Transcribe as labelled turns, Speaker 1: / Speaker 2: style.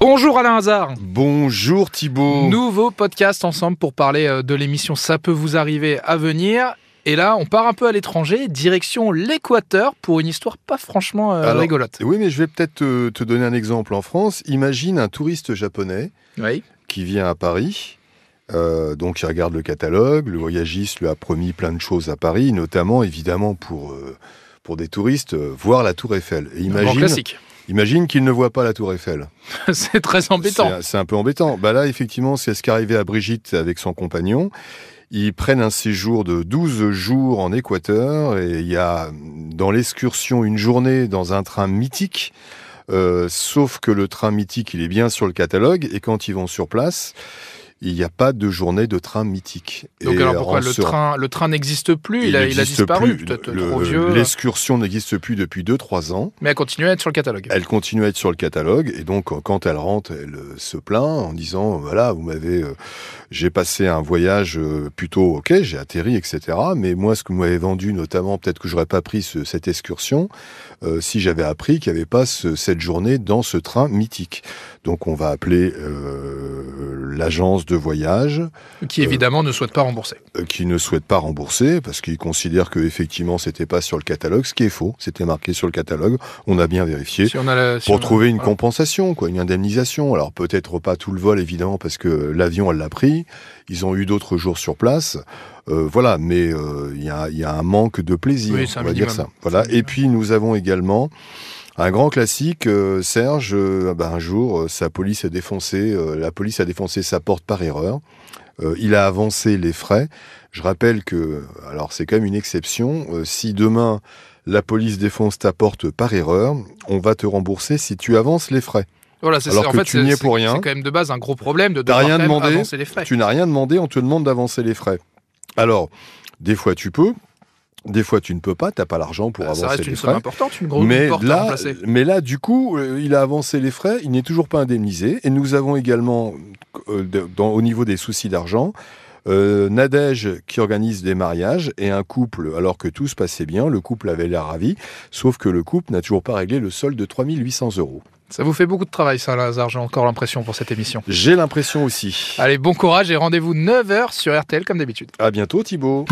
Speaker 1: Bonjour Alain Hazard.
Speaker 2: Bonjour Thibault.
Speaker 1: Nouveau podcast ensemble pour parler euh, de l'émission Ça peut vous arriver à venir. Et là, on part un peu à l'étranger, direction l'Équateur pour une histoire pas franchement euh,
Speaker 2: Alors-
Speaker 1: rigolote.
Speaker 2: Oui, mais je vais peut-être euh, te, donner un exemple. En France, imagine un touriste japonais
Speaker 1: Oui.
Speaker 2: qui vient à Paris. Euh, donc, il regarde le catalogue. Le voyagiste lui a promis plein de choses à Paris, notamment, évidemment, pour, euh, pour des touristes, euh, voir la Tour Eiffel. Et
Speaker 1: Grand
Speaker 2: imagine,
Speaker 1: classique.
Speaker 2: imagine qu'il ne voit pas la Tour Eiffel.
Speaker 1: C'est très embêtant.
Speaker 2: C'est un- C'est un peu embêtant. Bah là, effectivement, c'est ce qui est arrivé à Brigitte avec son compagnon. Ils prennent un séjour de 12 jours en Équateur et il y a dans l'excursion une journée dans un train mythique. Euh, sauf que le train mythique, il est bien sur le catalogue et quand ils vont sur place, il n'y a pas de journée de train mythique.
Speaker 1: Donc
Speaker 2: Et
Speaker 1: alors pourquoi
Speaker 2: euh, en
Speaker 1: le
Speaker 2: se-
Speaker 1: train, le train n'existe plus Il, a, il a
Speaker 2: n'existe
Speaker 1: disparu,
Speaker 2: plus.
Speaker 1: peut-être
Speaker 2: Le- euh,
Speaker 1: trop vieux. euh.
Speaker 2: L'excursion n'existe plus depuis 2-3 ans.
Speaker 1: Mais a continué à être sur le catalogue.
Speaker 2: Elle continue à être sur le catalogue et donc euh, quand elle rentre, elle euh, se plaint en disant voilà vous m'avez euh, j'ai passé un voyage euh, plutôt ok j'ai atterri etc mais moi ce que vous m'avez vendu notamment peut-être que j'aurais pas pris ce- cette excursion euh, si j'avais appris qu'il n'y avait pas ce- cette journée dans ce train mythique donc on va appeler euh, l'agence de voyage
Speaker 1: Qui évidemment ne souhaite pas rembourser.
Speaker 2: euh, qui ne souhaite pas rembourser parce qu'ils considèrent que effectivement c'était pas sur le catalogue ce qui est faux c'était marqué sur le catalogue on a bien vérifié
Speaker 1: Si on a la- si
Speaker 2: pour
Speaker 1: on a-
Speaker 2: trouver une
Speaker 1: voilà.
Speaker 2: compensation, quoi, une indemnisation. Alors peut-être pas tout le vol évidemment parce que l'avion elle l'a pris. Ils ont eu d'autres jours sur place, Euh, voilà. Mais euh, il y, a, il y a un manque de plaisir,
Speaker 1: Oui, c'est un
Speaker 2: on va
Speaker 1: minimum.
Speaker 2: dire ça. Voilà. Et puis nous avons également un grand classique. euh, Serge, euh, ben, un jour, euh, sa police a défoncé, euh, la police a défoncé sa porte par erreur. Euh, il a avancé les frais. Je rappelle que, alors c'est quand même une exception. euh, si demain la police défonce ta porte par erreur, on va te rembourser si tu avances les frais.
Speaker 1: Voilà, c'est
Speaker 2: Alors
Speaker 1: en
Speaker 2: que
Speaker 1: fait,
Speaker 2: tu
Speaker 1: c'est-
Speaker 2: n'y es
Speaker 1: c'est-
Speaker 2: pour rien.
Speaker 1: C'est quand même de base un gros problème de
Speaker 2: T'as
Speaker 1: devoir
Speaker 2: rien
Speaker 1: quand même
Speaker 2: demandé,
Speaker 1: avancer les frais.
Speaker 2: Tu n'as rien demandé, on te demande d'avancer les frais. Alors, des fois tu peux, des fois tu ne peux pas, t'as pas l'argent pour
Speaker 1: Bah,
Speaker 2: avancer
Speaker 1: ça reste
Speaker 2: les
Speaker 1: une somme
Speaker 2: frais.
Speaker 1: importante, une grosse
Speaker 2: Mais
Speaker 1: porte à
Speaker 2: là,
Speaker 1: remplacer.
Speaker 2: mais là, du coup, euh, il a avancé les frais, il n'est toujours pas indemnisé. Et nous avons également, euh, de- dans- au niveau des soucis d'argent, euh, Nadège qui organise des mariages et un couple, alors que tout se passait bien, le couple avait l'air ravi, sauf que le couple n'a toujours pas réglé le solde de 3800 euros.
Speaker 1: Ça vous fait beaucoup de travail, ça, Lazare, j'ai encore l'impression pour cette émission.
Speaker 2: J'ai l'impression aussi.
Speaker 1: Allez, bon courage et rendez-vous 9h sur RTL comme d'habitude.
Speaker 2: À bientôt Thibaut.